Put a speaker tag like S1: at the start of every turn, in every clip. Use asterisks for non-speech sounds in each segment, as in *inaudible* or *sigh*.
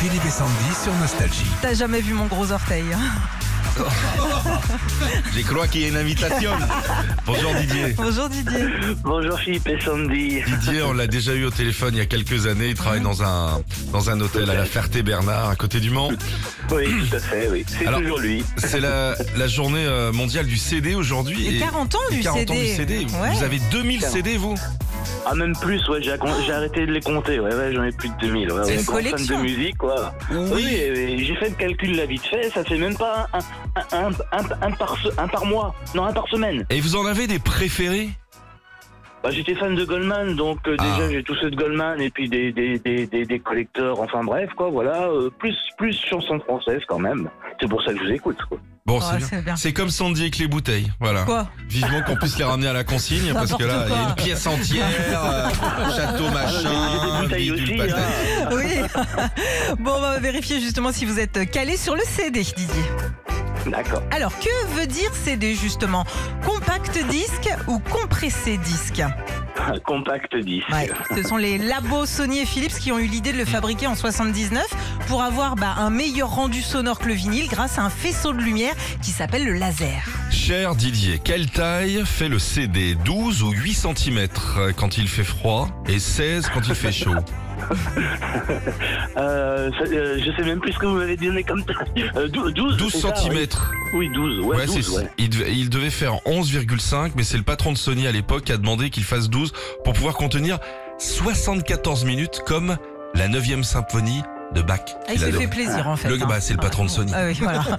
S1: Philippe et Sandy sur Nostalgie.
S2: T'as jamais vu mon gros orteil. hein
S3: J'ai cru qu'il y a une invitation. Bonjour Didier.
S2: Bonjour Didier.
S4: Bonjour Philippe et Sandy.
S3: Didier, on l'a déjà eu au téléphone il y a quelques années. Il travaille dans un, dans un hôtel à la Ferté-Bernard, à côté du Mans.
S4: Oui, tout à fait, oui. C'est
S3: Alors-
S4: toujours lui.
S3: C'est la, la journée euh, mondiale du CD aujourd'hui.
S2: Les
S3: et-
S2: 40 ans
S3: les
S2: du
S3: 40
S2: CD.
S3: ans du CD. Vous-
S2: Ouais.
S3: Vous avez 2000
S4: Clairement.
S3: CD, vous
S4: Ah, même plus, ouais, j'ai accom- j'ai arrêté de les compter, ouais, ouais, j'en ai plus de 2000. Ouais,
S2: C'est
S4: ouais,
S2: une
S4: grand fan
S2: collection.
S4: de musique, quoi. Oui, et- et j'ai fait le calcul là vite fait, ça fait même pas un, un, un- un- un par, se- un par mois, non, un par semaine.
S3: Et vous en avez des préférés
S4: Bah, J'étais fan de Goldman, donc euh,
S3: Ah.
S4: déjà j'ai tous ceux de Goldman et puis des, des, des, des, des collecteurs, enfin bref, quoi, voilà. euh, plus, plus chansons françaises quand même. C'est pour ça que je vous écoute, quoi.
S3: Bon,
S2: Oh,
S3: c'est bien.
S2: c'est bien.
S3: C'est comme Sandy avec les bouteilles. Voilà.
S2: Quoi
S3: Vivement qu'on puisse les ramener à la consigne, parce que là,
S2: N'importe
S3: il y a une
S2: quoi.
S3: pièce entière, euh,
S2: *laughs*
S3: château
S4: J'ai des
S3: machin,
S4: bouteilles
S3: bidule
S4: aussi,
S3: patate.
S4: hein.
S2: Oui. *laughs* Bon, on va vérifier justement si vous êtes calé sur le CD, Didier.
S4: D'accord. *laughs*
S2: Alors, que veut dire CD justement Compact disque ou compressé disque
S4: Compact 10.
S2: Ouais, Ce sont les labos Sony et Philips qui ont eu l'idée de
S3: Mm.
S2: le fabriquer en 79 pour avoir bah, un meilleur rendu sonore que le vinyle grâce à un faisceau de lumière qui s'appelle le laser.
S3: Cher Didier, quelle taille fait le CD 12 ou 8 cm quand il fait froid et 16 quand il fait
S4: *laughs*
S3: chaud
S4: Euh, ça- euh, je sais même plus ce que vous m'avez donné comme taille. Euh, dou- 12,
S3: 12
S4: c'est ça,
S3: cm.
S4: oui. Oui, 12, ouais, 12, ouais.
S3: il, devait, il devait faire 11,5 mais c'est le patron de Sony à l'époque qui a demandé qu'il fasse 12 pour pouvoir contenir 74 minutes comme la 9e symphonie de Bach.
S2: Ah, il
S3: Il
S2: s'est
S3: adore.
S2: fait plaisir en fait.
S3: Le-
S2: hein.
S3: bah, c'est le patron de Sony.
S2: Ah oui, voilà.
S3: Hein,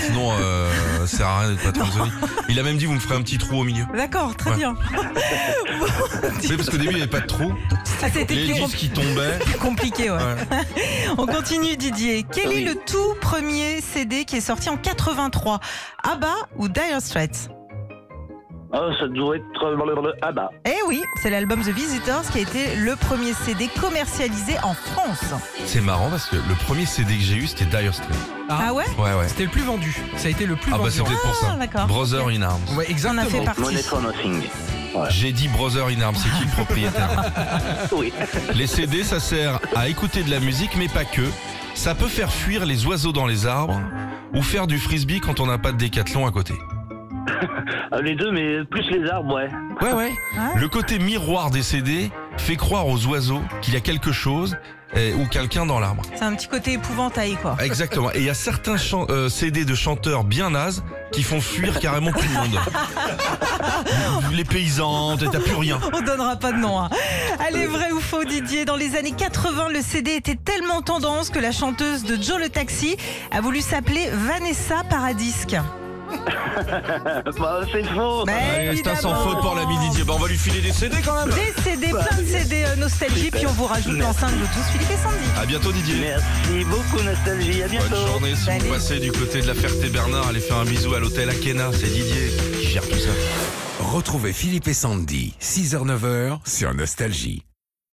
S3: sinon, euh,
S2: *laughs*
S3: ça sert à rien d'être patron de Sony. Il a même dit vous me ferez un petit trou au milieu.
S2: D'accord, très
S3: Ouais.
S2: bien. Bon,
S3: Vous savez, parce qu'au début, il n'y avait pas de trou.
S2: Ah, C'était
S3: Les
S2: plus
S3: disques qui tombaient.
S2: compl- compliqué, ouais. *laughs*
S3: Ouais.
S2: On continue, Didier. Quel
S4: Oui.
S2: est le tout premier CD qui est sorti en 83 ABBA ou Dire Straits
S4: Ah, ça doit être. Ah bah.
S2: Eh oui, c'est l'album The Visitors qui a été le premier CD commercialisé en France.
S3: C'est marrant parce que le premier CD que j'ai eu, c'était Dire Straits.
S2: Ah, ouais
S3: Ouais, ouais.
S5: C'était le plus vendu. Ça a été le plus
S3: Ah bah
S5: vendu.
S3: c'est peut-être pour
S2: Ah,
S3: ça.
S2: d'accord.
S3: Brother in Arms.
S5: ouais,
S2: On
S5: exactement.
S2: a fait partie.
S4: Money for nothing.
S3: J'ai dit Brother in Arms, c'est qui le propriétaire
S4: *laughs* Oui.
S3: Les CD, ça sert à écouter de la musique, mais pas que. Ça peut faire fuir les oiseaux dans les arbres ou faire du frisbee quand on n'a pas de décathlon à côté.
S4: Ah, les deux, mais plus les arbres, ouais. *laughs*
S3: Ouais, ouais.
S2: Ouais.
S3: Le côté miroir des CD fait croire aux oiseaux qu'il y a quelque chose euh, ou quelqu'un dans l'arbre.
S2: C'est un petit côté épouvantail, quoi. *laughs*
S3: Exactement. Et il y a certains chan- euh, CD de chanteurs bien nazes qui font fuir carrément tout le monde. les paysans, t'as t'as plus rien.
S2: On donnera pas de nom. hein. Allez, vrai ou faux, Didier Dans les années 80, le CD était tellement tendance que la chanteuse de Joe le Taxi a voulu s'appeler Vanessa
S3: Ah,
S2: Paradisque.
S4: Bah, c'est faux.
S2: Bah,
S3: Allez, c'est un sans
S2: évidemment.
S3: faute pour l'ami Didier. Bah, on va lui filer des CD quand même. Bah,
S2: Des CD, plein de CD euh, nostalgie, puis on vous rajoute l'enceinte Bluetooth Philippe et Sandy.
S3: À bientôt Didier.
S4: Merci beaucoup, Nostalgie. À bientôt.
S3: Bonne journée. Si
S2: Salut.
S3: vous passez du côté de la Ferté-Bernard, allez faire un bisou à l'hôtel Akena. C'est Didier qui gère tout ça.
S1: Retrouvez Philippe et Sandy, 6h-9h sur Nostalgie.